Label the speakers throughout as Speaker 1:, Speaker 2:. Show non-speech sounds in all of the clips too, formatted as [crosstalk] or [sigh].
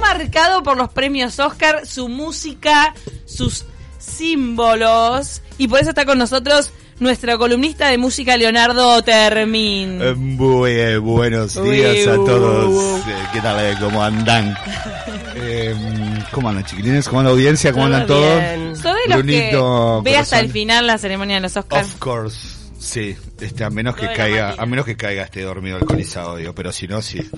Speaker 1: marcado por los premios Oscar, su música, sus símbolos. Y por eso está con nosotros nuestro columnista de música, Leonardo Termín.
Speaker 2: Eh, Muy eh, buenos
Speaker 1: Uy,
Speaker 2: días a
Speaker 1: uh,
Speaker 2: todos.
Speaker 1: uh.
Speaker 2: Eh, ¿Qué tal? eh? ¿Cómo andan? Eh, ¿Cómo andan, chiquilines? ¿Cómo anda la audiencia? ¿Cómo
Speaker 3: Todo
Speaker 2: andan todos?
Speaker 3: bien.
Speaker 1: Soy de los
Speaker 2: Brunito,
Speaker 1: que ve hasta
Speaker 2: corazón.
Speaker 1: el final la ceremonia de los Oscars.
Speaker 2: Of course. Sí, este, a menos que
Speaker 1: Toda la
Speaker 2: caiga,
Speaker 1: máquina.
Speaker 2: a menos que caiga esté dormido alcoholizado, digo, pero si no, sí. [laughs]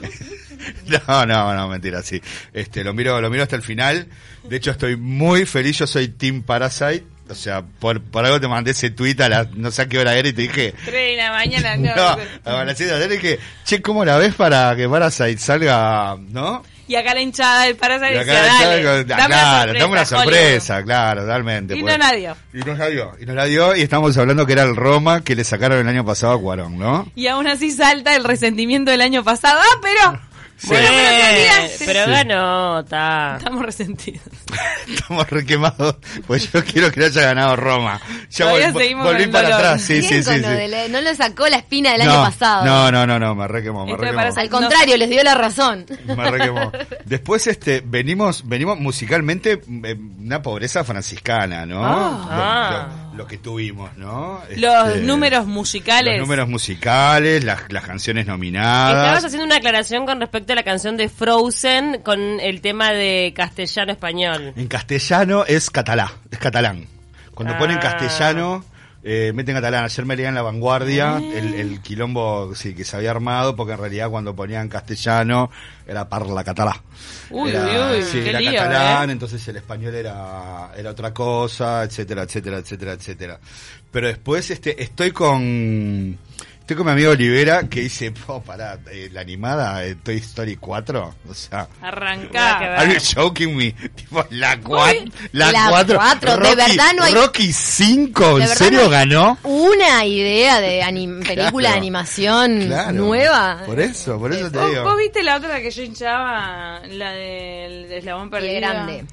Speaker 2: No, no, no, mentira, sí. Este, lo miro, lo miro hasta el final. De hecho, estoy muy feliz, yo soy Team Parasite. O sea, por, por algo te mandé ese tweet a las, no sé a qué hora era y te dije,
Speaker 1: Tres de la mañana,
Speaker 2: no,
Speaker 1: [laughs] no.
Speaker 2: a las siete de la tarde dije, che, ¿cómo la ves para que Parasite salga, no?
Speaker 1: Y acá la hinchada del Parasite
Speaker 2: Y
Speaker 1: decía,
Speaker 2: acá
Speaker 1: dale,
Speaker 2: está algo-
Speaker 1: dame una
Speaker 2: claro,
Speaker 1: sorpresa,
Speaker 2: dame una
Speaker 1: Hollywood".
Speaker 2: sorpresa, claro, totalmente.
Speaker 1: Y
Speaker 2: pues.
Speaker 1: no nadie.
Speaker 2: Y nos la dio, y nos la dio, y estamos hablando que era el Roma que le sacaron el año pasado a Cuarón, ¿no?
Speaker 1: Y aún así salta el resentimiento del año pasado. ¡Ah,
Speaker 2: [laughs]
Speaker 1: pero!
Speaker 2: Sí.
Speaker 1: Bueno, pero te
Speaker 3: Eh,
Speaker 1: olvidaste.
Speaker 3: pero ganó, está.
Speaker 1: Estamos resentidos.
Speaker 2: Estamos requemados, pues yo quiero que le haya ganado Roma. Ya
Speaker 1: Todavía
Speaker 2: vol-
Speaker 1: seguimos con
Speaker 2: volví
Speaker 1: el
Speaker 2: para
Speaker 1: dolor.
Speaker 2: atrás, sí,
Speaker 4: Bien
Speaker 2: sí,
Speaker 4: con
Speaker 2: sí.
Speaker 4: lo
Speaker 2: sí.
Speaker 4: de la- no lo sacó la espina del
Speaker 2: no,
Speaker 4: año pasado.
Speaker 2: No, no, no, no, me requemó, me
Speaker 1: Esto me
Speaker 2: requemó.
Speaker 1: parece
Speaker 4: Al contrario, les dio la razón.
Speaker 2: Me requemó. Después este venimos venimos musicalmente eh, una pobreza franciscana, ¿no? Lo-
Speaker 3: Ah.
Speaker 2: lo, lo que tuvimos, ¿no?
Speaker 1: Los
Speaker 2: Este,
Speaker 1: números musicales.
Speaker 2: Los números musicales, las, las canciones nominadas.
Speaker 3: Estabas haciendo una aclaración con respecto a la canción de Frozen con el tema de castellano-español.
Speaker 2: En castellano es catalá, es catalán. Cuando
Speaker 3: Ah.
Speaker 2: ponen castellano, eh, meten catalán. Ayer me leía en La
Speaker 1: Ah.
Speaker 2: Vanguardia el, el quilombo sí, que se había armado, porque en realidad cuando ponían castellano era parla catalá.
Speaker 1: Uy,
Speaker 2: era,
Speaker 1: uy, uy,
Speaker 2: sí,
Speaker 1: qué
Speaker 2: era
Speaker 1: lío,
Speaker 2: catalán,
Speaker 1: eh.
Speaker 2: entonces el español era, era otra cosa, etcétera, etcétera, etcétera, etcétera. Pero después este, estoy con... Estoy con mi amigo Olivera que dice, oh, pará, eh, la animada eh, Toy Story 4, o sea...
Speaker 3: Nada que
Speaker 1: Arrancá.
Speaker 3: ver.
Speaker 2: Are you joking me? Tipo, la 4. La
Speaker 4: La
Speaker 2: 4.
Speaker 4: cuatro, de verdad no hay-
Speaker 2: Rocky 5,
Speaker 4: De
Speaker 2: ¿en
Speaker 4: verdad,
Speaker 2: serio
Speaker 4: no hay
Speaker 2: ganó?
Speaker 4: Una idea
Speaker 2: [laughs]
Speaker 4: de anim- película de animación nueva.
Speaker 2: Por eso, por eso te
Speaker 1: ¿Vos, vos
Speaker 2: digo.
Speaker 1: viste la otra que yo hinchaba? La del eslabón
Speaker 4: Qué
Speaker 1: perdido.
Speaker 4: grande.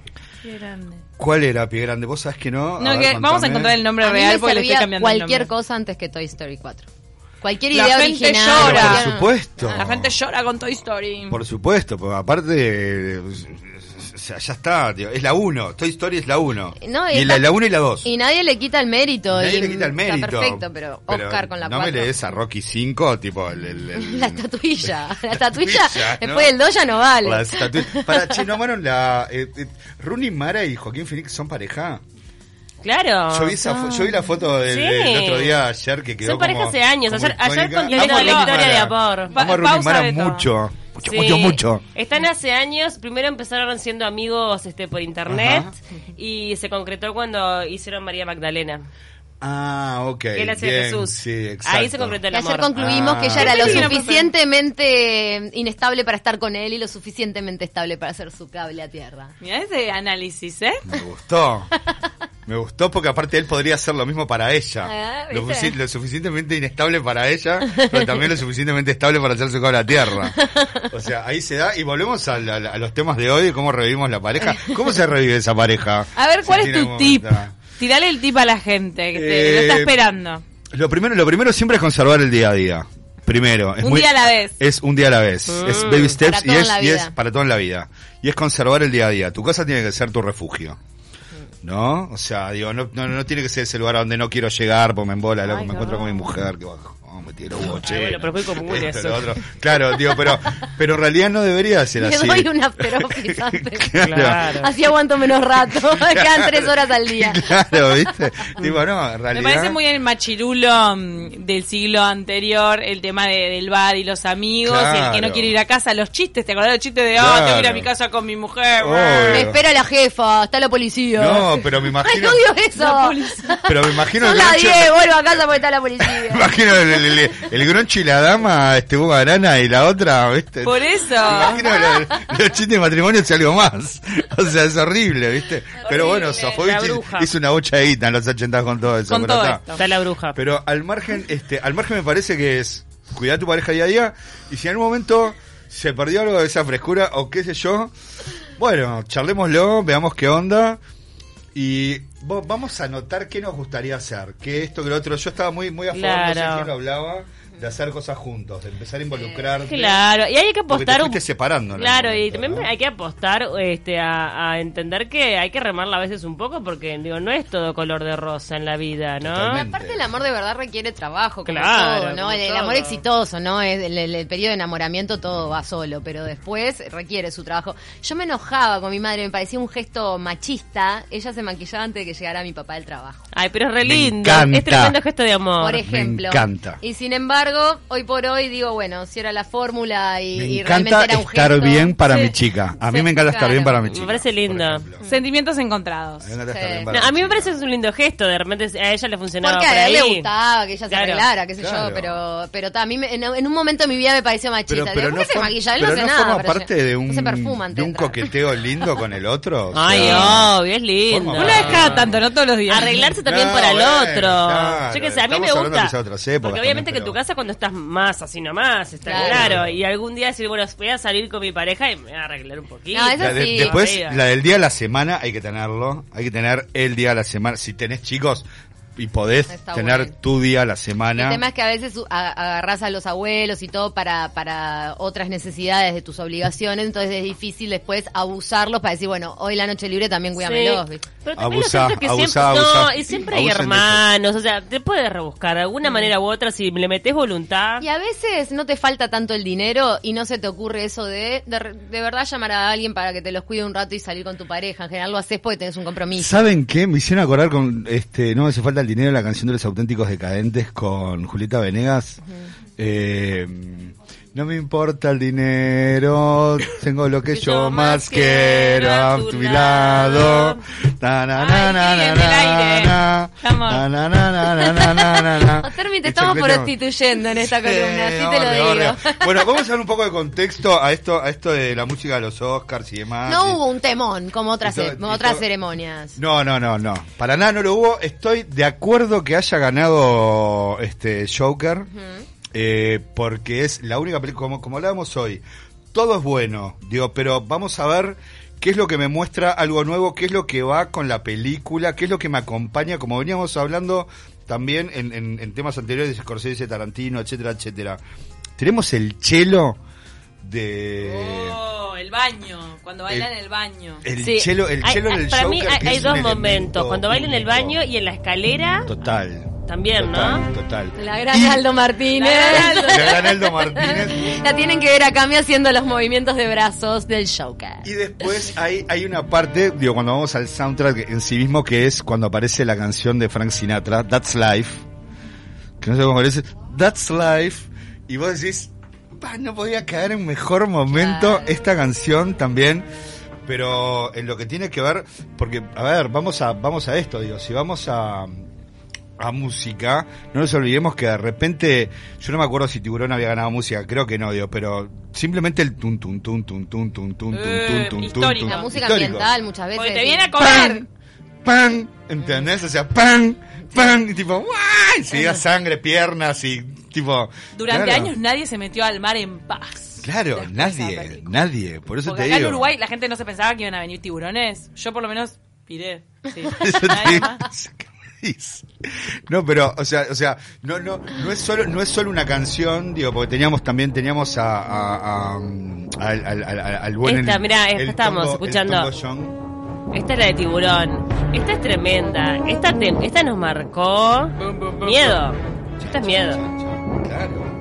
Speaker 1: Qué grande.
Speaker 2: ¿Cuál era pie grande? ¿Vos sabés que no?
Speaker 1: No, que vamos a encontrar el nombre
Speaker 4: A mí
Speaker 1: real
Speaker 4: me
Speaker 1: porque le estoy
Speaker 4: servía
Speaker 1: cambiando el
Speaker 4: cualquier
Speaker 1: nombre.
Speaker 4: cosa antes que Toy Story 4. Cualquier
Speaker 1: La
Speaker 4: idea
Speaker 1: gente
Speaker 4: original.
Speaker 1: llora.
Speaker 2: Pero
Speaker 1: ahora.
Speaker 2: por supuesto.
Speaker 1: La gente llora con Toy Story.
Speaker 2: Por supuesto, porque aparte. eh, O sea, ya está, tío. Es la 1. Toy Story es la 1.
Speaker 4: No,
Speaker 2: y
Speaker 4: es
Speaker 2: la
Speaker 4: la-
Speaker 2: 1 y la 2.
Speaker 4: Y nadie le quita el mérito.
Speaker 2: Nadie
Speaker 4: y
Speaker 2: le quita el
Speaker 4: está
Speaker 2: mérito.
Speaker 4: perfecto, pero Oscar con la
Speaker 2: No me
Speaker 4: 4.
Speaker 2: lees a Rocky 5, tipo el. el- el-
Speaker 4: [laughs]
Speaker 2: [laughs]
Speaker 4: La estatuilla. La estatuilla,
Speaker 2: estatuilla, ¿no?
Speaker 4: después del 2 ya no
Speaker 3: [laughs]
Speaker 4: vale.
Speaker 2: Las tatu- Para, che, no amaron la. eh, eh, Rooney Mara y Joaquín Phoenix son pareja.
Speaker 3: Claro.
Speaker 2: Yo vi, esa fo- yo vi la foto del,
Speaker 3: Ah, Sí.
Speaker 2: del otro día ayer que quedó.
Speaker 3: Son pareja
Speaker 2: como-
Speaker 3: hace años.
Speaker 2: como
Speaker 3: Ayer- ayer
Speaker 2: icónica.
Speaker 3: conté
Speaker 2: Amo
Speaker 1: la
Speaker 2: a Rooney
Speaker 1: historia
Speaker 2: Mara.
Speaker 3: de amor.
Speaker 2: Amo
Speaker 1: Pa-
Speaker 2: a Rooney
Speaker 1: pausa
Speaker 2: Mara
Speaker 1: de todo.
Speaker 2: mucho. Mucho,
Speaker 3: Sí.
Speaker 2: mucho, mucho.
Speaker 3: Están hace años, primero empezaron siendo amigos este por internet
Speaker 2: Ajá.
Speaker 3: y se concretó cuando hicieron María Magdalena.
Speaker 2: Ah, ok.
Speaker 3: que él hace
Speaker 2: bien,
Speaker 3: de Jesús.
Speaker 2: Sí, exacto.
Speaker 3: Ahí se concretó el
Speaker 4: Y ayer
Speaker 3: amor.
Speaker 4: concluimos que
Speaker 2: Ah.
Speaker 4: ella era lo
Speaker 1: Pensé que no
Speaker 4: suficientemente inestable para estar con él y lo suficientemente estable para hacer su cable a tierra.
Speaker 1: Mirá ese análisis, ¿eh?
Speaker 2: Me gustó. Me gustó porque aparte él podría hacer lo mismo para ella.
Speaker 4: Ah,
Speaker 2: lo,
Speaker 4: ¿viste?
Speaker 2: sufici- lo suficientemente inestable para ella, pero también lo suficientemente estable para hacerse con la tierra. O sea, ahí se da y volvemos a, la- a los temas de hoy, de cómo revivimos la pareja. ¿Cómo se revive esa pareja?
Speaker 1: A ver, ¿cuál es
Speaker 2: Cristina,
Speaker 1: tu
Speaker 2: ¿cómo
Speaker 1: tip?
Speaker 2: está?
Speaker 1: Tirale el tip a la gente que te- lo
Speaker 2: Eh,
Speaker 1: está esperando.
Speaker 2: Lo primero, lo primero siempre es conservar el día a día. Primero. Es
Speaker 1: Un
Speaker 2: muy-
Speaker 1: día a la vez.
Speaker 2: Es un día a la vez. Es baby steps
Speaker 4: todo
Speaker 2: y
Speaker 4: en
Speaker 2: es,
Speaker 4: la
Speaker 2: y es
Speaker 4: vida.
Speaker 2: para todo en la vida. Y es conservar el día a día. Tu casa tiene que ser tu refugio. ¿No? O sea, digo, no, no, no tiene que ser ese lugar a donde no quiero llegar, porque me embola, loco, me encuentro con mi mujer, que bajo, me tiro boche.
Speaker 3: bueno, pero fue común eso.
Speaker 2: Claro, digo, pero, pero en realidad no debería ser
Speaker 4: [laughs] Le
Speaker 2: así.
Speaker 4: doy un after office antes.
Speaker 2: [laughs] Claro.
Speaker 3: Claro.
Speaker 4: Así aguanto menos rato. [laughs] Quedan tres horas al día.
Speaker 2: Claro, ¿viste? Digo, no, en
Speaker 1: Me
Speaker 2: realidad.
Speaker 1: parece muy el machirulo mm, del siglo anterior, el tema de- del bar y los amigos, y el que
Speaker 2: Claro.
Speaker 1: no quiere ir a casa, los chistes, ¿te acordás de los chistes de, ah,
Speaker 2: Claro.
Speaker 1: tengo que ir a mi casa con mi mujer?
Speaker 2: Obvio.
Speaker 4: Me espera la jefa, está la policía.
Speaker 2: No, pero me
Speaker 4: Ay,
Speaker 2: imagino.
Speaker 4: odio eso.
Speaker 1: La policía.
Speaker 2: Pero me imagino
Speaker 4: Son
Speaker 2: el
Speaker 4: las
Speaker 2: groncho-
Speaker 4: 10, vuelvo a casa porque está
Speaker 2: [laughs]
Speaker 4: la
Speaker 2: Me
Speaker 4: policía.
Speaker 2: imagino el, el, el- el groncho y la dama, este Boba Arana y la otra, ¿viste?
Speaker 1: Por
Speaker 2: Me
Speaker 1: eso.
Speaker 2: imagino lo- los, chistes de matrimonio es algo más. O sea, es horrible, ¿viste? Pero bueno,
Speaker 3: La
Speaker 2: Sofovich
Speaker 3: bruja.
Speaker 2: hizo una bocha de guita en los 80 con todo eso.
Speaker 1: Con
Speaker 2: pero
Speaker 1: todo
Speaker 2: está.
Speaker 1: esto.
Speaker 3: Está la bruja.
Speaker 2: Pero al margen, este, al margen me parece que es cuidar a tu pareja día a día y si en algún momento se perdió algo de esa frescura o qué sé yo, bueno, charlémoslo, veamos qué onda y vo- vamos a notar qué nos gustaría hacer, que esto que lo otro. Yo estaba muy muy a favor, no sé
Speaker 3: Claro.
Speaker 2: quién lo hablaba, de hacer cosas juntos, de empezar a involucrarte.
Speaker 3: Eh, Claro, y hay que
Speaker 2: Porque te
Speaker 3: apostar
Speaker 2: fuiste separando en
Speaker 3: Claro,
Speaker 2: algún
Speaker 3: y
Speaker 2: momento,
Speaker 3: también
Speaker 2: ¿no?
Speaker 3: hay que apostar este, a, a entender que hay que remarla a veces un poco porque digo no es todo color de rosa en la vida, ¿no?
Speaker 2: Totalmente.
Speaker 4: Aparte el amor de verdad requiere trabajo, como
Speaker 3: Claro,
Speaker 4: todo, ¿no?
Speaker 3: como
Speaker 4: el, el
Speaker 3: todo.
Speaker 4: amor exitoso, ¿no? Es el, el- el periodo de enamoramiento todo va solo, pero después requiere su trabajo. Yo me enojaba con mi madre, me parecía un gesto machista. Ella se maquillaba antes de que llegara mi papá del trabajo.
Speaker 3: Ay, pero es re
Speaker 2: Me
Speaker 3: lindo.
Speaker 2: encanta.
Speaker 3: Es tremendo gesto de amor.
Speaker 4: Por ejemplo.
Speaker 2: encanta.
Speaker 4: Y sin embargo, hoy por hoy digo, bueno, si era la fórmula y,
Speaker 2: Me
Speaker 4: y
Speaker 2: encanta
Speaker 4: realmente era un
Speaker 2: estar
Speaker 4: gesto.
Speaker 2: bien para
Speaker 1: Sí.
Speaker 2: mi chica. A mí
Speaker 4: Sí,
Speaker 2: me encanta estar
Speaker 4: claro.
Speaker 2: bien para mi
Speaker 4: Me
Speaker 2: chica.
Speaker 3: parece lindo.
Speaker 2: por ejemplo.
Speaker 1: Sentimientos encontrados.
Speaker 2: A mí me encanta estar
Speaker 4: Sí.
Speaker 2: bien
Speaker 3: No,
Speaker 2: para
Speaker 3: a
Speaker 2: mi
Speaker 3: mí me
Speaker 2: chica.
Speaker 3: parece que es un lindo gesto, de repente a ella le funcionaba
Speaker 4: Porque
Speaker 3: por
Speaker 4: a él le
Speaker 3: ahí.
Speaker 4: gustaba que ella se
Speaker 3: Claro.
Speaker 4: arreglara, qué sé
Speaker 2: Claro.
Speaker 4: yo, pero pero ta, a mí me- en, en un momento de mi vida me pareció machista.
Speaker 2: Pero,
Speaker 4: Digo,
Speaker 2: pero
Speaker 4: ¿por
Speaker 2: no,
Speaker 4: qué se
Speaker 2: forma-
Speaker 4: maquilla? Él no
Speaker 2: pero
Speaker 4: hace
Speaker 2: no
Speaker 4: nada,
Speaker 2: forma
Speaker 4: pero
Speaker 2: parte
Speaker 4: yo-
Speaker 2: de
Speaker 4: no
Speaker 2: un,
Speaker 4: se perfuma antes
Speaker 2: de un
Speaker 4: entrar.
Speaker 2: coqueteo lindo con el otro. o
Speaker 3: Ay,
Speaker 2: sea,
Speaker 3: obvio, es lindo.
Speaker 2: Forma
Speaker 1: Una vez cada tanto, no todos los días.
Speaker 3: Arreglarse también
Speaker 2: No,
Speaker 3: para el
Speaker 2: bueno,
Speaker 3: otro.
Speaker 2: claro,
Speaker 3: Yo qué sé, a mí
Speaker 2: estamos
Speaker 3: me
Speaker 2: hablando
Speaker 3: gusta.
Speaker 2: quizá de otras épocas
Speaker 3: porque obviamente
Speaker 2: también,
Speaker 3: que en tu
Speaker 2: pero-
Speaker 3: casa cuando estás más así nomás, está
Speaker 4: Claro.
Speaker 3: claro. Y algún día decir, bueno, voy a salir con mi pareja y me voy a arreglar un poquito.
Speaker 4: No, eso
Speaker 2: la de-
Speaker 4: sí.
Speaker 2: después,
Speaker 3: Arriba.
Speaker 2: la del día a la semana hay que tenerlo. Hay que tener el día a la semana. Si tenés chicos y podés
Speaker 4: Está
Speaker 2: tener
Speaker 4: bueno.
Speaker 2: tu día a la
Speaker 4: El
Speaker 2: semana.
Speaker 4: tema es que a veces agarras a los abuelos y todo para, para otras necesidades de tus obligaciones, entonces es difícil después abusarlos para decir, bueno, hoy la noche libre también cuídamelos.
Speaker 3: Sí.
Speaker 4: ¿viste?
Speaker 3: Pero también
Speaker 2: Abusá,
Speaker 3: lo cierto es que
Speaker 2: abusá,
Speaker 3: siempre,
Speaker 2: abusá.
Speaker 3: no, y siempre hay
Speaker 2: Abusen de
Speaker 3: hermanos, o sea, te puedes rebuscar de alguna manera u otra si le metes voluntad.
Speaker 4: Mm. Y a veces no te falta tanto el dinero y no se te ocurre eso de, de de verdad llamar a alguien para que te los cuide un rato y salir con tu pareja. En general lo haces porque tenés un compromiso.
Speaker 2: ¿Saben qué? Me hicieron acordar con, este, no me hace falta el dinero, la canción de los auténticos decadentes con Julieta Venegas. Eh, no me importa el dinero, tengo lo que
Speaker 3: Que
Speaker 2: yo,
Speaker 3: yo
Speaker 2: más
Speaker 3: más
Speaker 2: quiero
Speaker 3: quiero
Speaker 2: a
Speaker 3: a tu
Speaker 2: tu lado.
Speaker 3: lado.
Speaker 2: Na, na,
Speaker 1: Ay,
Speaker 2: na,
Speaker 1: sí,
Speaker 2: na,
Speaker 1: en el
Speaker 2: na,
Speaker 1: aire.
Speaker 2: na.
Speaker 1: Estamos.
Speaker 2: Na, na, na, na, na, na, na, na.
Speaker 4: [laughs] Ostermin, te
Speaker 2: Esta
Speaker 4: estamos
Speaker 2: Julieta-
Speaker 4: prostituyendo en esta columna,
Speaker 2: Sí,
Speaker 4: así te lo
Speaker 2: horrible,
Speaker 4: digo.
Speaker 2: horrible. Bueno, vamos a dar un poco de contexto a esto, a esto de la música de los Oscars y demás.
Speaker 4: No
Speaker 2: Y-
Speaker 4: hubo un temón como otras,
Speaker 2: Y todo-
Speaker 4: ce-
Speaker 2: y
Speaker 4: otras
Speaker 2: todo-
Speaker 4: ceremonias.
Speaker 2: no, no, no, no. Para nada no lo hubo. Estoy de acuerdo que haya ganado este Joker. eh, porque es la única película, como, como hablábamos hoy, todo es bueno, digo, pero vamos a ver qué es lo que me muestra algo nuevo, qué es lo que va con la película, qué es lo que me acompaña, como veníamos hablando también en, en- en temas anteriores de Scorsese, Tarantino, etcétera, etcétera. Tenemos el chelo de...
Speaker 1: Oh, el baño, cuando
Speaker 2: Eh,
Speaker 1: bailan en el baño.
Speaker 2: El
Speaker 3: Sí.
Speaker 2: chelo, el
Speaker 3: Hay-
Speaker 2: chelo en el
Speaker 3: Para mí
Speaker 2: Joker,
Speaker 3: hay,
Speaker 2: que
Speaker 3: hay
Speaker 2: es
Speaker 3: dos
Speaker 2: un
Speaker 3: momentos,
Speaker 2: elemento
Speaker 3: cuando baila en el
Speaker 2: único.
Speaker 3: baño y en la escalera
Speaker 2: Total.
Speaker 3: también,
Speaker 2: total,
Speaker 3: ¿no?
Speaker 2: Total.
Speaker 4: La gran
Speaker 2: [laughs]
Speaker 4: Aldo Martínez.
Speaker 2: La gran Aldo Martínez.
Speaker 4: La tienen que ver a Cami haciendo los movimientos de brazos del Joker.
Speaker 2: Y después hay, hay una parte, digo, cuando vamos al soundtrack en sí mismo, que es cuando aparece la canción de Frank Sinatra, That's Life. Que no sé cómo aparece, That's Life. Y vos decís, "Pa, no podía caer en mejor momento
Speaker 4: Claro.
Speaker 2: esta canción también. Pero en lo que tiene que ver, porque, a ver, vamos a, vamos a esto, digo, si vamos a, a música, no nos olvidemos que de repente, yo no me acuerdo si Tiburón había ganado música, creo que no, digo, pero simplemente el tun tun tun tun tun tun tun tun
Speaker 1: Eh,
Speaker 2: tun tun
Speaker 1: histórico.
Speaker 4: La
Speaker 1: No,
Speaker 4: música
Speaker 2: Histórico.
Speaker 4: ambiental muchas veces.
Speaker 1: Porque te viene a comer.
Speaker 2: ¡Pan! ¡Pan! ¿Entendés? O sea, ¡pan! ¡Pan! Y tipo, ¡guay! Se veía sangre, piernas y tipo...
Speaker 1: Durante
Speaker 2: claro.
Speaker 1: años nadie se metió al mar en paz.
Speaker 2: Claro,
Speaker 1: Después de esa
Speaker 2: nadie,
Speaker 1: película.
Speaker 2: nadie. Por eso
Speaker 1: Porque
Speaker 2: te
Speaker 1: acá
Speaker 2: digo.
Speaker 1: en Uruguay la gente no se pensaba que iban a venir tiburones. Yo por lo menos piré. Sí.
Speaker 2: Por [laughs] eso te
Speaker 1: Nadie
Speaker 2: digo.
Speaker 1: más.
Speaker 2: No, pero, o sea, o sea, no, no, no es solo, no es solo una canción, digo, porque teníamos también, teníamos a, a- a- al, al, al, al buen
Speaker 3: Esta,
Speaker 2: el-
Speaker 3: mirá, esta
Speaker 2: el
Speaker 3: estábamos
Speaker 2: tongo- el
Speaker 3: escuchando.
Speaker 2: tongo John.
Speaker 3: Esta es la de tiburón. Esta es tremenda. Esta, te- esta nos marcó miedo. Esta es miedo.
Speaker 2: Claro.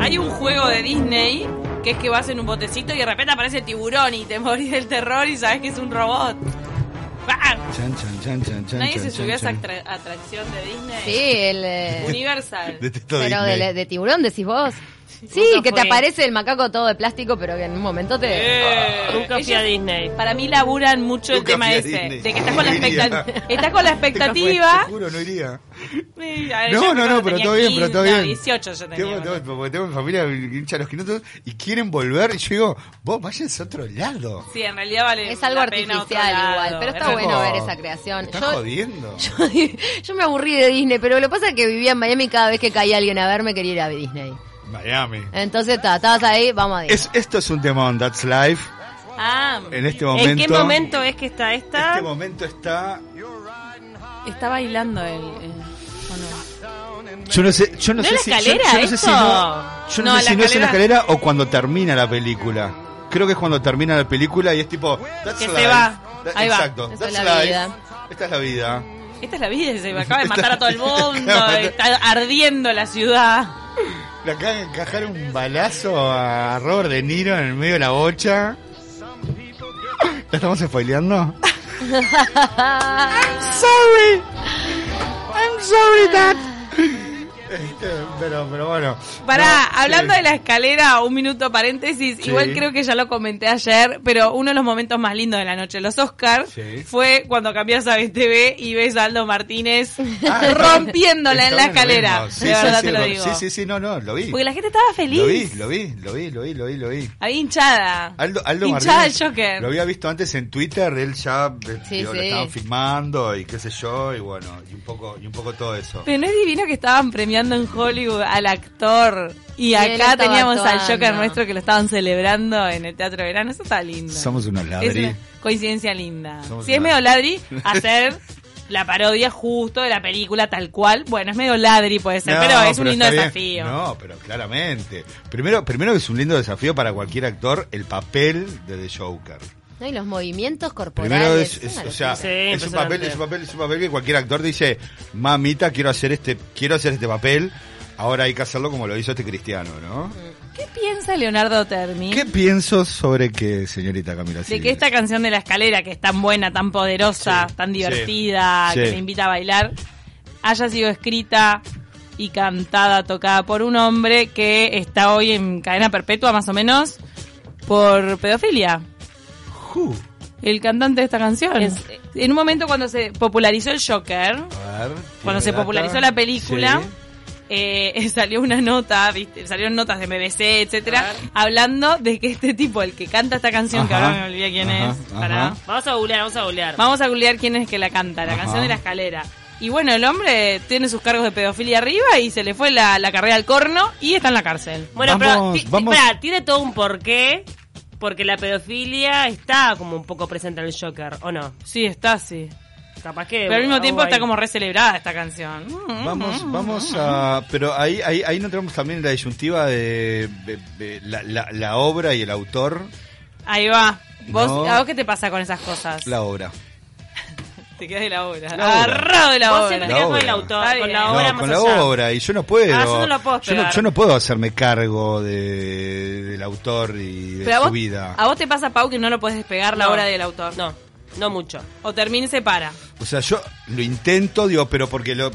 Speaker 1: Hay un juego de Disney que es que vas en un botecito y de repente aparece tiburón y te [laughs] morís del terror y sabes que es un robot. ¡Bah!
Speaker 2: Chan, chan, chan, chan, chan,
Speaker 1: Nadie se
Speaker 2: chan,
Speaker 1: subió a esa
Speaker 2: chan,
Speaker 1: atra- atracción de Disney.
Speaker 4: Sí, el. eh,
Speaker 1: Universal.
Speaker 2: Detesto
Speaker 4: pero
Speaker 2: Disney.
Speaker 4: de, de tiburón decís vos. Sí,
Speaker 3: Nunca
Speaker 4: que te
Speaker 3: fue.
Speaker 4: aparece el macaco todo de plástico, pero que en un momento te.
Speaker 1: Eh,
Speaker 3: Nunca fui
Speaker 1: ellos-
Speaker 3: a Disney.
Speaker 1: Para mí laburan mucho el
Speaker 2: Nunca
Speaker 1: tema
Speaker 2: fui a
Speaker 1: ese.
Speaker 2: Disney.
Speaker 1: De que estás con la
Speaker 2: No iría. [laughs]
Speaker 1: expectativa. Estás con la
Speaker 2: Te
Speaker 1: expectativa.
Speaker 2: juro, no iría.
Speaker 1: Sí, a ver, yo
Speaker 2: No, no, no,
Speaker 1: cuando
Speaker 2: pero
Speaker 1: tenía
Speaker 2: todo bien, pero todo
Speaker 1: 15,
Speaker 2: bien.
Speaker 1: 18 yo tenía.
Speaker 2: Tengo,
Speaker 1: boludo.
Speaker 2: tengo- porque tengo mi familia hincha de los quinotos y quieren volver. Y yo digo, vos váyanse a otro lado.
Speaker 1: Sí, en realidad vale.
Speaker 4: Es algo
Speaker 1: la pena
Speaker 4: artificial
Speaker 1: otro lado.
Speaker 4: igual, pero está
Speaker 1: Es
Speaker 4: bueno
Speaker 2: como-
Speaker 1: como-
Speaker 4: ver esa creación.
Speaker 2: Estás
Speaker 4: Yo-
Speaker 2: jodiendo.
Speaker 4: Yo, [laughs] yo me aburrí de Disney, pero lo que pasa es que vivía en Miami y cada vez que caía alguien a verme quería ir a Disney.
Speaker 2: Miami.
Speaker 4: Entonces, ta, estabas ahí, vamos a Disney.
Speaker 2: Es, esto es un temón, That's Life.
Speaker 1: Ah,
Speaker 2: En este momento.
Speaker 3: ¿En qué momento es que está esta?
Speaker 2: Este momento está.
Speaker 1: está bailando él. eh, ¿o no?
Speaker 2: Yo no sé, yo no,
Speaker 3: ¿No
Speaker 2: sé
Speaker 3: es
Speaker 2: si,
Speaker 3: la
Speaker 2: yo- yo
Speaker 3: escalera
Speaker 2: no sé si
Speaker 3: esto?
Speaker 2: no, yo no,
Speaker 1: No,
Speaker 2: sé si
Speaker 1: la
Speaker 2: no es en la
Speaker 1: escalera-
Speaker 2: escalera o cuando termina la película. Creo que es cuando termina la película y es tipo that's
Speaker 1: Que se
Speaker 2: life.
Speaker 1: va.
Speaker 2: That-
Speaker 1: Ahí va.
Speaker 2: Exacto.
Speaker 4: Esa es
Speaker 2: that's
Speaker 4: la
Speaker 2: life.
Speaker 4: vida.
Speaker 2: Esta es la vida.
Speaker 1: Esta es la vida, se me acaba de matar
Speaker 2: [laughs]
Speaker 1: a todo el mundo, está ardiendo la ciudad.
Speaker 2: Le acaban de encajar un balazo a Robert De Niro en el medio de la bocha. ¿La
Speaker 1: [laughs]
Speaker 2: estamos spoileando? I'm sorry. I'm sorry, Dad. Este, pero, pero bueno.
Speaker 1: Pará,
Speaker 2: No,
Speaker 1: hablando
Speaker 2: sí.
Speaker 1: de
Speaker 2: Ah,
Speaker 1: la escalera, un minuto paréntesis,
Speaker 2: Sí.
Speaker 1: igual creo que ya lo comenté ayer, pero uno de los momentos más lindos de la noche de los Oscars
Speaker 2: Sí.
Speaker 1: fue cuando cambias a BTV y ves a Aldo Martínez [laughs]
Speaker 2: Ah, está-
Speaker 1: rompiéndola en la
Speaker 2: está bueno, lo
Speaker 1: escalera.
Speaker 2: mismo. Sí,
Speaker 1: de
Speaker 2: sí,
Speaker 1: verdad
Speaker 2: sí,
Speaker 1: te lo
Speaker 2: lo-
Speaker 1: digo.
Speaker 2: Sí, sí, sí, no, no, lo vi.
Speaker 1: Porque la gente estaba feliz.
Speaker 2: Lo vi, lo vi, lo vi, lo vi, lo vi, lo vi.
Speaker 1: Había hinchada.
Speaker 2: Aldo, Aldo
Speaker 1: hinchada
Speaker 2: Martínez,
Speaker 1: el Joker.
Speaker 2: Lo había visto antes en Twitter, él ya eh,
Speaker 4: Sí,
Speaker 2: digo, lo
Speaker 4: sí.
Speaker 2: estaban filmando y qué sé yo, y bueno, y un poco, y un poco todo eso.
Speaker 1: Pero no es divino que estaban premiando en Hollywood al actor y
Speaker 4: él
Speaker 1: acá
Speaker 4: estaba
Speaker 1: teníamos al
Speaker 4: actuando.
Speaker 1: Joker nuestro que lo estaban celebrando en el Teatro Verano. Eso está lindo.
Speaker 2: Somos unos
Speaker 1: es
Speaker 2: ladri.
Speaker 1: una coincidencia linda.
Speaker 2: Somos
Speaker 1: si es
Speaker 2: una-
Speaker 1: medio ladri, hacer la parodia justo de la película tal cual. Bueno, es medio ladri puede ser,
Speaker 2: No,
Speaker 1: pero es un lindo
Speaker 2: está bien.
Speaker 1: desafío.
Speaker 2: No, pero claramente. Primero, primero que es un lindo desafío para cualquier actor el papel de The Joker.
Speaker 4: No, y los movimientos corporales.
Speaker 2: Primero es, es-
Speaker 4: una
Speaker 2: o sea,
Speaker 4: locura.
Speaker 3: Sí,
Speaker 2: es un
Speaker 3: impresionante.
Speaker 2: papel, es un papel, es un papel que cualquier actor dice, mamita, quiero hacer este, quiero hacer este papel. Ahora hay que hacerlo como lo hizo este cristiano, ¿no?
Speaker 1: ¿Qué piensa Leonardo Termi?
Speaker 2: ¿Qué pienso sobre que, señorita Camila?
Speaker 1: De
Speaker 2: Silvia?
Speaker 1: que esta canción de la escalera, que es tan buena, tan poderosa,
Speaker 2: Sí,
Speaker 1: tan
Speaker 2: sí,
Speaker 1: divertida,
Speaker 2: sí.
Speaker 1: que te invita a bailar, haya sido escrita y cantada, tocada por un hombre que está hoy en cadena perpetua, más o menos, por pedofilia.
Speaker 2: Ju.
Speaker 1: El cantante de esta canción.
Speaker 3: Es-
Speaker 1: en un momento cuando se popularizó el Joker,
Speaker 2: A ver,
Speaker 1: cuando
Speaker 2: tiene
Speaker 1: se
Speaker 2: data.
Speaker 1: popularizó la película,
Speaker 2: Sí.
Speaker 1: eh, [laughs] salió una nota, ¿viste? salieron notas de BBC, etcétera, hablando de que este tipo, el que canta esta canción, que
Speaker 2: Ajá,
Speaker 1: ahora me olvidé quién
Speaker 2: ajá,
Speaker 1: es, pará.
Speaker 2: ajá.
Speaker 3: Vamos a googlear, vamos a googlear.
Speaker 1: vamos a googlear quién es que la canta, la
Speaker 2: Ajá.
Speaker 1: canción de la escalera. Y bueno, el hombre tiene sus cargos de pedofilia arriba y se le fue la, la carrera al corno y está en la cárcel.
Speaker 3: Bueno,
Speaker 2: Vamos,
Speaker 3: pero ti-
Speaker 2: vamos.
Speaker 3: espera, tiene todo un porqué, porque la pedofilia está como un poco presente en el Joker, ¿o no?
Speaker 1: Sí, está así.
Speaker 3: Capaz que...
Speaker 1: Pero al mismo
Speaker 3: algo
Speaker 1: tiempo está
Speaker 3: ahí.
Speaker 1: como recelebrada esta canción. Mm,
Speaker 2: Vamos, vamos a. Pero ahí, ahí, ahí no tenemos también la disyuntiva de, de- de la, la- la obra y el autor.
Speaker 1: Ahí va. ¿Vos,
Speaker 2: No.
Speaker 1: ¿A vos qué te pasa con esas cosas?
Speaker 2: La obra.
Speaker 1: Te quedas de la obra.
Speaker 2: La obra.
Speaker 1: Agarrado de la
Speaker 3: Vos
Speaker 1: obra.
Speaker 2: La
Speaker 3: siempre te quedás con el
Speaker 1: Está
Speaker 2: obra.
Speaker 3: autor,
Speaker 1: bien.
Speaker 3: con la
Speaker 1: No,
Speaker 3: obra
Speaker 2: con
Speaker 3: más
Speaker 2: la
Speaker 3: allá.
Speaker 2: obra, y yo no puedo.
Speaker 3: Ah, yo no la puedo
Speaker 2: yo, no,
Speaker 3: esperar.
Speaker 2: yo no puedo hacerme cargo de, del autor y de
Speaker 1: Pero a
Speaker 2: su
Speaker 1: vos,
Speaker 2: vida.
Speaker 1: a vos te pasa, Pau, que no lo podés despegar la
Speaker 3: No.
Speaker 1: obra del autor.
Speaker 3: No, no mucho.
Speaker 1: O termina y se para.
Speaker 2: O sea, yo lo intento, digo, pero porque lo,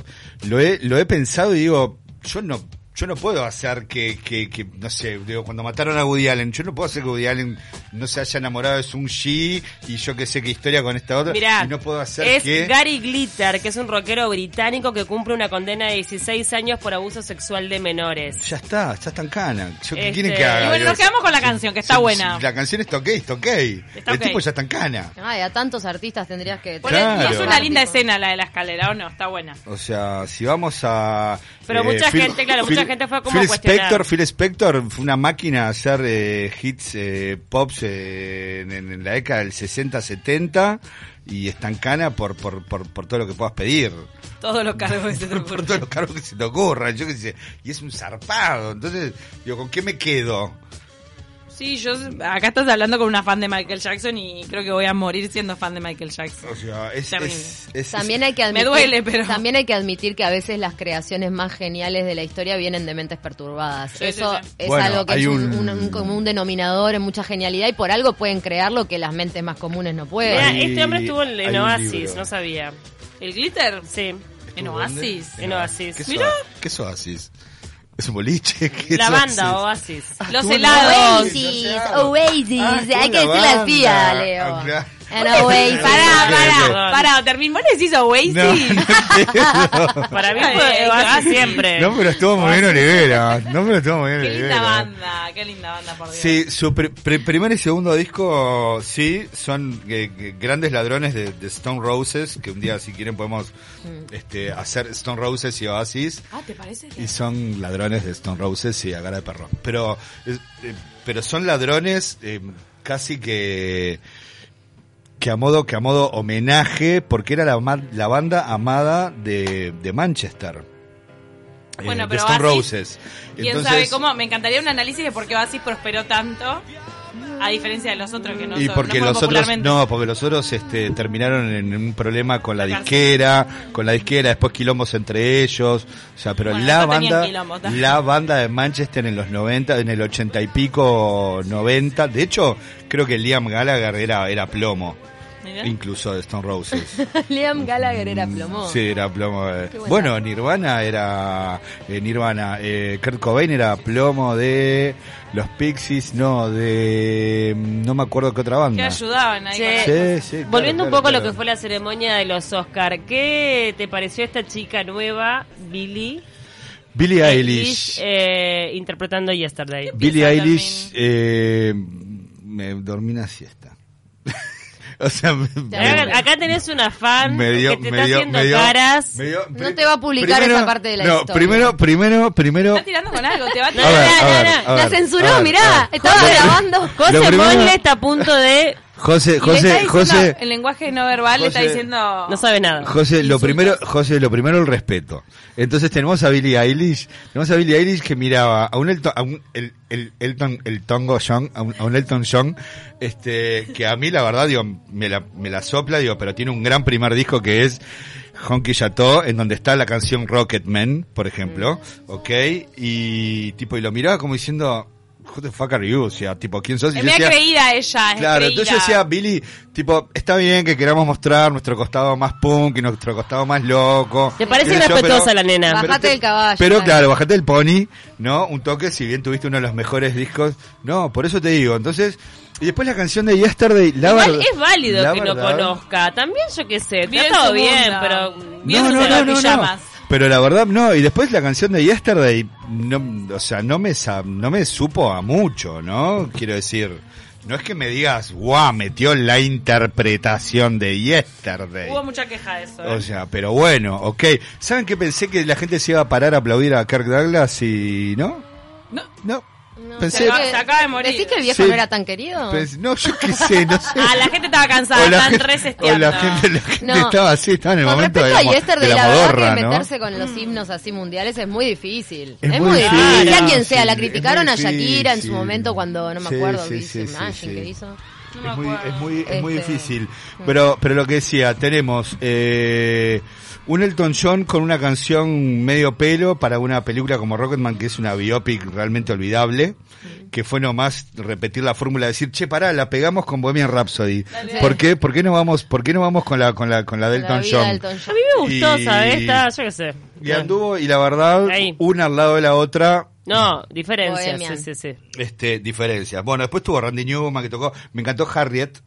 Speaker 2: lo, he, lo he pensado y digo, yo no, yo no puedo hacer que, que, que, no sé, digo, cuando mataron a Woody Allen, yo no puedo hacer que Woody Allen no se haya enamorado de Sun Shi y yo que sé qué historia con esta otra.
Speaker 3: Mirá,
Speaker 2: [laughs] y no puedo hacer
Speaker 3: es
Speaker 2: que.
Speaker 3: Gary Glitter, que es un rockero británico que cumple una condena de 16 años por abuso sexual de menores.
Speaker 2: Ya está, ya están cana. Yo, ¿Qué
Speaker 3: Este,
Speaker 2: quieren que haga?
Speaker 1: y bueno, nos
Speaker 2: Digo,
Speaker 1: quedamos con la canción, que está
Speaker 2: si-
Speaker 1: buena.
Speaker 2: si La canción está ok, está ok.
Speaker 1: Está
Speaker 2: El
Speaker 1: ok.
Speaker 2: tipo ya está en cana.
Speaker 4: Ay, a tantos artistas tendrías que...
Speaker 1: Ponele-
Speaker 2: Claro.
Speaker 1: Es una linda escena la de la escalera, ¿o no? Está buena.
Speaker 2: O sea, si vamos a... eh,
Speaker 3: Pero mucha gente, claro, mucha gente fue como a
Speaker 2: Phil
Speaker 3: cuestionar.
Speaker 2: Spector, Phil Spector fue una máquina a hacer eh, hits eh, pops eh, en, en la década del 60-70 y estancana por, por, por, por todo lo que puedas pedir.
Speaker 1: Todos los cargos que se te
Speaker 2: [laughs] Por
Speaker 1: ocurren.
Speaker 2: todos los cargos que se te ocurran. Yo qué sé. Y es un zarpado. Entonces, digo, ¿con qué me quedo?
Speaker 1: Sí, yo acá estás hablando con una fan de Michael Jackson y creo que voy a morir siendo fan de Michael Jackson.
Speaker 2: O sea, es...
Speaker 1: Terrible.
Speaker 2: es- es-
Speaker 4: También hay que
Speaker 1: Me
Speaker 4: admitir,
Speaker 1: duele, pero-
Speaker 4: también hay que admitir que a veces las creaciones más geniales de la historia vienen de mentes perturbadas.
Speaker 1: Sí,
Speaker 4: Eso
Speaker 1: sí, sí.
Speaker 4: es
Speaker 2: Bueno,
Speaker 4: algo que
Speaker 2: hay
Speaker 4: es un,
Speaker 2: un-
Speaker 4: un- un común denominador en mucha genialidad y por algo pueden crear lo que las mentes más comunes no pueden.
Speaker 3: Mirá,
Speaker 2: Hay-
Speaker 3: este hombre estuvo en, en
Speaker 2: hay un libro.
Speaker 3: Oasis, no sabía.
Speaker 1: ¿El glitter?
Speaker 3: Sí.
Speaker 1: En
Speaker 2: ¿Estuvo dónde?
Speaker 1: Oasis.
Speaker 3: En Oasis.
Speaker 2: ¿Qué es
Speaker 1: Mirá.
Speaker 2: Oasis? ¿Qué es Oasis? ¿Es un boliche? [laughs] ¿Qué
Speaker 3: La
Speaker 2: es
Speaker 3: banda
Speaker 2: Oasis? [laughs]
Speaker 3: Oasis.
Speaker 1: Los
Speaker 2: Estuvo en
Speaker 1: helados.
Speaker 2: Oasis.
Speaker 4: Oasis,
Speaker 2: Claro.
Speaker 4: Oasis,
Speaker 2: Ah, estuvo
Speaker 4: hay
Speaker 2: en la
Speaker 4: que decir la
Speaker 2: banda.
Speaker 4: tía, Leo.
Speaker 2: Ah, claro.
Speaker 4: And Oasis.
Speaker 1: Pará,
Speaker 2: Sí, sí.
Speaker 1: pará, pará, terminó. ¿Vos le decís Oasis?
Speaker 2: No, no,
Speaker 3: Para mí
Speaker 1: Ay, [laughs]
Speaker 3: fue
Speaker 1: ay,
Speaker 3: Oasis
Speaker 1: ay.
Speaker 3: siempre.
Speaker 2: no, pero estuvo muy bien Olivera. No, pero estuvo muy bien
Speaker 1: Qué linda
Speaker 2: Olivera.
Speaker 1: banda, qué linda banda, por Dios.
Speaker 2: Sí, su pr- pr- primer y segundo disco, sí, son eh, eh, grandes ladrones de, de Stone Roses, que un día si quieren podemos
Speaker 1: Mm.
Speaker 2: este, hacer Stone Roses y Oasis.
Speaker 1: Ah, ¿te parece?
Speaker 2: Y son ladrones de Stone Roses y Agara de Perro. Pero, es- eh, pero son ladrones eh, casi que que a modo que a modo homenaje porque era la, ma- la banda amada de, de Manchester
Speaker 1: Bueno,
Speaker 2: eh, de
Speaker 1: pero
Speaker 2: Stone
Speaker 1: Oasis,
Speaker 2: Roses.
Speaker 1: ¿Quién sabe cómo? Me encantaría un análisis de por qué Oasis prosperó tanto, a diferencia de los otros que no
Speaker 2: y
Speaker 1: son-
Speaker 2: porque
Speaker 1: no fueron
Speaker 2: los otros
Speaker 1: popularmente.
Speaker 2: no porque los otros este, terminaron en un problema con la
Speaker 1: La cárcel.
Speaker 2: disquera con la disquera después quilombos entre ellos o sea pero
Speaker 1: Bueno,
Speaker 2: la
Speaker 1: no tenían
Speaker 2: banda
Speaker 1: quilombos, ¿tá?
Speaker 2: la banda de Manchester en los 90 en el 80 y pico 90 de hecho creo que Liam Gallagher era era plomo
Speaker 1: Mirá.
Speaker 2: incluso de Stone Roses
Speaker 1: [laughs]
Speaker 2: Mm,
Speaker 4: Liam Gallagher era plomo.
Speaker 2: Sí, era plomo. eh.
Speaker 4: Qué buen
Speaker 2: Bueno, Nirvana era. eh, Nirvana. eh, Kurt Cobain era plomo de. Los Pixies, no, de. mm, No me acuerdo qué otra
Speaker 1: Que
Speaker 2: banda.
Speaker 1: ayudaban ahí.
Speaker 3: Sí.
Speaker 1: con la-
Speaker 2: Sí, sí, claro,
Speaker 3: Eh, Volviendo un
Speaker 2: claro,
Speaker 3: poco a lo
Speaker 2: claro.
Speaker 3: que fue la ceremonia de los Oscar, ¿qué te pareció esta chica nueva, Billie
Speaker 2: Billie
Speaker 3: Eilish,
Speaker 2: Eilish.
Speaker 3: eh, interpretando Yesterday?
Speaker 2: Billie
Speaker 1: empieza a
Speaker 2: Eilish. eh, me dormí una siesta. [laughs] o sea, me,
Speaker 3: Acá- Acá tenés una fan
Speaker 2: me dio,
Speaker 3: que te
Speaker 2: me
Speaker 3: está
Speaker 2: dio-
Speaker 3: haciendo
Speaker 2: me dio-
Speaker 3: caras.
Speaker 2: me dio-
Speaker 4: No te va a publicar esa parte de la
Speaker 2: no,
Speaker 4: historia.
Speaker 2: Primero, primero, primero.
Speaker 1: Está tirando con algo, te va a
Speaker 2: A
Speaker 1: tirar.
Speaker 2: ver, a ver,
Speaker 4: La
Speaker 2: a ver,
Speaker 4: censuró,
Speaker 2: a ver,
Speaker 4: mirá,
Speaker 2: a ver.
Speaker 4: estaba
Speaker 2: Lo-
Speaker 4: grabando.
Speaker 2: lo
Speaker 3: José
Speaker 2: primero-
Speaker 3: Monle está a
Speaker 1: [laughs]
Speaker 3: punto de...
Speaker 2: José,
Speaker 1: Y le está
Speaker 2: José,
Speaker 1: diciendo-
Speaker 2: José.
Speaker 1: El lenguaje no verbal le está
Speaker 2: José-
Speaker 1: diciendo.
Speaker 3: No sabe nada.
Speaker 2: José, lo primero, José, lo primero el respeto. Entonces tenemos a Billie Eilish, tenemos a Billie Eilish que miraba a un Elton, a un el, el- Elton, el Tongo John, a un, a un Elton John, este, que a mí la verdad, digo, me la, me la sopla, digo, pero tiene un gran primer disco que es Honky Chateau, en donde está la canción Rocketman, por ejemplo, ok, y tipo, y lo miraba como diciendo, who the fuck are you, o sea, tipo, ¿quién sos? Y
Speaker 1: Es
Speaker 2: yo
Speaker 1: media
Speaker 2: decía,
Speaker 1: creída ella. es
Speaker 2: Claro, entonces yo
Speaker 1: creída.
Speaker 2: decía, Billy, tipo, está bien que queramos mostrar nuestro costado más punk y nuestro costado más loco.
Speaker 3: Te parece
Speaker 2: Qué sé yo,
Speaker 3: irrespetuosa
Speaker 2: pero-
Speaker 3: la nena.
Speaker 2: pero
Speaker 4: Bajate
Speaker 2: te-
Speaker 4: del caballo,
Speaker 2: Pero
Speaker 4: claro.
Speaker 2: claro, bajate del pony, ¿no? Un toque, si bien tuviste uno de los mejores discos. No, por eso te digo. Entonces, y después la canción de Yesterday, la
Speaker 3: Igual
Speaker 2: verdad-
Speaker 3: es válido
Speaker 2: la
Speaker 3: que no
Speaker 2: verdad-
Speaker 3: conozca. También yo qué sé.
Speaker 1: Bien
Speaker 3: Está todo
Speaker 1: su
Speaker 3: bien,
Speaker 1: onda.
Speaker 3: pero...
Speaker 1: Bien
Speaker 2: no,
Speaker 1: su
Speaker 2: no,
Speaker 1: onda,
Speaker 2: no, no, no.
Speaker 1: pijamas.
Speaker 2: Pero la verdad, no. Y después la canción de Yesterday, no, o sea, no me, sa- no me supo a mucho, ¿no? Quiero decir, no es que me digas, guau, metió la interpretación de Yesterday.
Speaker 1: Hubo mucha queja de eso. ¿eh?
Speaker 2: O sea, pero bueno, ok. ¿Saben que pensé que la gente se iba a parar a aplaudir a Kirk Douglas y no?
Speaker 1: No.
Speaker 2: No.
Speaker 4: No,
Speaker 2: pensé,
Speaker 1: se acaba- se acaba de morir.
Speaker 4: ¿Decís que el viejo
Speaker 2: Sí.
Speaker 4: no era tan querido?
Speaker 2: pensé- Pues, no, yo qué
Speaker 1: [laughs]
Speaker 2: sé, no sé.
Speaker 1: Ah, la gente estaba cansada,
Speaker 2: O la
Speaker 1: estaban
Speaker 2: gente-
Speaker 1: resesteando.
Speaker 2: o la gente, la gente
Speaker 4: No.
Speaker 2: estaba así, estaba en el
Speaker 4: Con
Speaker 2: momento
Speaker 4: respecto
Speaker 2: de la,
Speaker 4: a
Speaker 2: mo-
Speaker 4: Yesterday,
Speaker 2: de la
Speaker 4: la, verdad
Speaker 2: modorra,
Speaker 4: que
Speaker 2: ¿no?
Speaker 4: meterse con los himnos así mundiales es muy difícil.
Speaker 2: Es
Speaker 4: Es,
Speaker 2: muy
Speaker 4: muy difícil.
Speaker 2: difícil,
Speaker 4: Sea quien sea, la
Speaker 2: es muy
Speaker 4: criticaron a Shakira en
Speaker 2: difícil.
Speaker 4: su momento cuando, no me
Speaker 2: Sí,
Speaker 4: acuerdo,
Speaker 2: sí,
Speaker 4: Vince
Speaker 2: sí, sí,
Speaker 4: Imagine
Speaker 2: sí.
Speaker 4: que hizo.
Speaker 1: No
Speaker 2: es
Speaker 1: me
Speaker 2: muy, es
Speaker 1: acuerdo.
Speaker 2: muy, es muy
Speaker 4: Este,
Speaker 2: difícil. Pero, pero lo que decía, tenemos eh, un Elton John con una canción medio pelo para una película como Rocketman, que es una biopic realmente olvidable, que fue nomás repetir la fórmula, decir, che, pará, la pegamos con Bohemian Rhapsody.
Speaker 1: Dale.
Speaker 2: ¿Por qué, ¿Por qué no vamos, por qué no vamos con la, con la, con la de
Speaker 4: La
Speaker 2: Elton
Speaker 4: vida
Speaker 2: John?
Speaker 4: de Elton
Speaker 3: A
Speaker 4: John.
Speaker 3: mí me gustó,
Speaker 2: Y-
Speaker 3: ¿sabes? Está, yo qué sé.
Speaker 2: Y anduvo, y la verdad,
Speaker 3: Ahí.
Speaker 2: una al lado de la otra,
Speaker 3: No, diferencia,
Speaker 4: Bohemian.
Speaker 3: sí, sí, sí.
Speaker 2: este, diferencias. Bueno, después tuvo Randy Newman que tocó. Me encantó Harriet.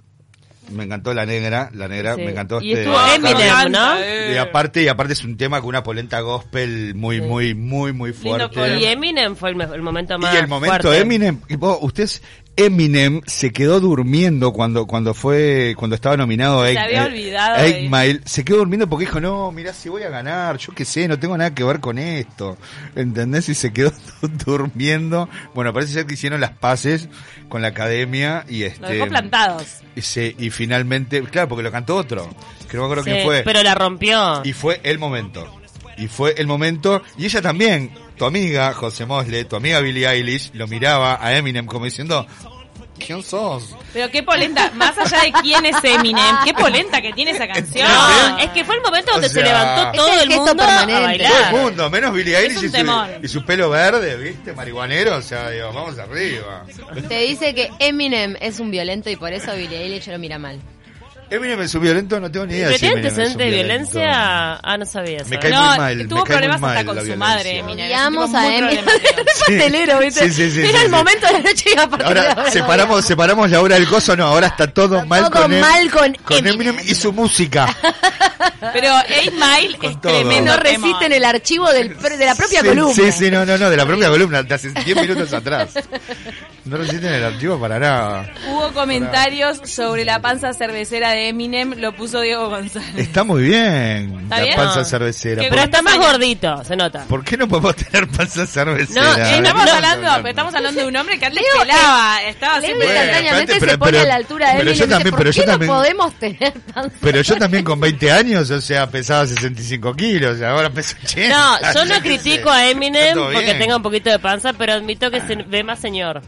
Speaker 2: Me encantó la negra. La negra,
Speaker 3: Sí.
Speaker 2: me encantó
Speaker 3: Y
Speaker 2: este-
Speaker 3: estuvo
Speaker 2: Harriet.
Speaker 1: me
Speaker 3: Eminem, ¿no?
Speaker 1: encanta, eh.
Speaker 2: Y aparte, y aparte es un tema con una polenta gospel muy, muy, muy, muy
Speaker 1: Lindo
Speaker 2: fuerte.
Speaker 1: color.
Speaker 3: Y Eminem fue el, me- el momento más
Speaker 2: Y el momento
Speaker 3: fuerte.
Speaker 2: Eminem, y vos, usted es Eminem se quedó durmiendo cuando cuando fue cuando estaba nominado a
Speaker 1: Se
Speaker 2: Eight-
Speaker 1: había
Speaker 2: eh,
Speaker 1: olvidado
Speaker 2: Eight
Speaker 1: de-
Speaker 2: Mile, se quedó durmiendo porque dijo, "No, mirá si voy a ganar, yo qué sé, no tengo nada que ver con esto." ¿Entendés? Y se quedó [laughs] durmiendo. Bueno, parece ser que hicieron las paces con la academia y este
Speaker 1: Lo dejó plantados.
Speaker 2: Y, se- y finalmente, claro, porque lo cantó otro. Que no me acuerdo
Speaker 3: Sí,
Speaker 2: quién fue.
Speaker 3: Pero la rompió.
Speaker 2: Y fue el momento. Y fue el momento. Y ella también, tu amiga José Mosle, tu amiga Billie Eilish, lo miraba a Eminem como diciendo, ¿quién sos?
Speaker 1: Pero qué polenta, más allá de quién es Eminem, qué polenta que tiene esa canción.
Speaker 3: No,
Speaker 2: ¿Entendés?
Speaker 1: Es
Speaker 3: es que fue el momento donde
Speaker 2: O sea-
Speaker 3: se levantó
Speaker 2: Es
Speaker 3: todo
Speaker 4: el
Speaker 3: el
Speaker 4: gesto
Speaker 3: mundo
Speaker 4: permanente.
Speaker 3: a bailar.
Speaker 2: Todo el mundo, menos Billie Eilish
Speaker 1: un
Speaker 2: y
Speaker 1: temor.
Speaker 2: su, y su pelo verde, ¿viste? Marihuanero, o sea, digo, vamos arriba.
Speaker 4: Te dice que Eminem es un violento y por eso Billie Eilish lo mira mal.
Speaker 2: Eminem es un violento, no tengo ni idea.
Speaker 3: ¿Que
Speaker 2: si
Speaker 3: tiene
Speaker 2: Eminem es un
Speaker 3: antecedentes de
Speaker 2: violento.
Speaker 3: violencia? Ah, no sabía eso.
Speaker 2: Me
Speaker 3: ¿eh?
Speaker 2: cae
Speaker 1: No,
Speaker 2: muy mal.
Speaker 1: tuvo
Speaker 2: me cae muy
Speaker 1: problemas hasta
Speaker 2: mal
Speaker 1: con
Speaker 2: la
Speaker 1: su madre,
Speaker 2: violencia.
Speaker 1: Eminem.
Speaker 4: Odiamos
Speaker 1: es un tipo
Speaker 4: a
Speaker 1: muy
Speaker 4: Eminem.
Speaker 1: [laughs]
Speaker 4: [laughs]
Speaker 1: problemático.
Speaker 2: Sí.
Speaker 4: Pastelero, ¿viste?
Speaker 2: Sí, sí, sí,
Speaker 4: Era
Speaker 2: sí,
Speaker 4: el
Speaker 2: sí.
Speaker 4: momento de la noche y a partir de
Speaker 2: Ahora
Speaker 4: ahora
Speaker 2: separamos, separamos la hora del coso, no, ahora está todo mal
Speaker 4: todo
Speaker 2: con, Em-
Speaker 4: mal con
Speaker 2: Eminem
Speaker 4: Eminem.
Speaker 2: y su música.
Speaker 1: Pero 8 Mile
Speaker 2: Con
Speaker 1: es
Speaker 2: todo.
Speaker 4: Que
Speaker 1: tremendo.
Speaker 4: no
Speaker 1: temón.
Speaker 4: resisten el archivo del, de la propia
Speaker 2: sí,
Speaker 4: columna.
Speaker 2: Sí, sí, no, no, no, de la propia columna, de hace 10 minutos atrás. No resisten el archivo para nada.
Speaker 1: Hubo comentarios sobre la panza cervecera de Eminem, lo puso Diego González.
Speaker 2: Está muy bien
Speaker 1: ¿Está
Speaker 2: la
Speaker 1: bien?
Speaker 2: panza
Speaker 3: No.
Speaker 2: cervecera.
Speaker 1: Qué
Speaker 2: ¿Por,
Speaker 3: Pero está más
Speaker 1: España.
Speaker 3: gordito, se nota.
Speaker 2: por qué no podemos [laughs] tener panza cervecera?
Speaker 3: No,
Speaker 2: A ver,
Speaker 1: eh, Estamos
Speaker 2: ¿qué
Speaker 1: hablando, pero estamos hablando de un hombre que antes
Speaker 4: Leo,
Speaker 1: pelaba, estaba
Speaker 4: Leo
Speaker 1: siempre...
Speaker 2: Bueno, espérate,
Speaker 4: instantáneamente se
Speaker 2: pero-
Speaker 4: pone
Speaker 2: pero-
Speaker 4: a la altura de
Speaker 2: pero
Speaker 4: él y
Speaker 2: yo
Speaker 4: le dice,
Speaker 2: también,
Speaker 4: ¿por
Speaker 2: pero
Speaker 4: qué
Speaker 2: yo
Speaker 4: no
Speaker 2: también-
Speaker 4: podemos tener panza?
Speaker 2: Pero yo también con 20 años, o sea, pesaba 65 kilos, y ahora peso 80.
Speaker 3: No, yo no
Speaker 2: qué
Speaker 3: critico
Speaker 2: sé.
Speaker 3: a
Speaker 2: Está
Speaker 3: Eminem
Speaker 2: todo
Speaker 3: porque
Speaker 2: bien.
Speaker 3: tenga un poquito de panza, pero admito que se ve más señor.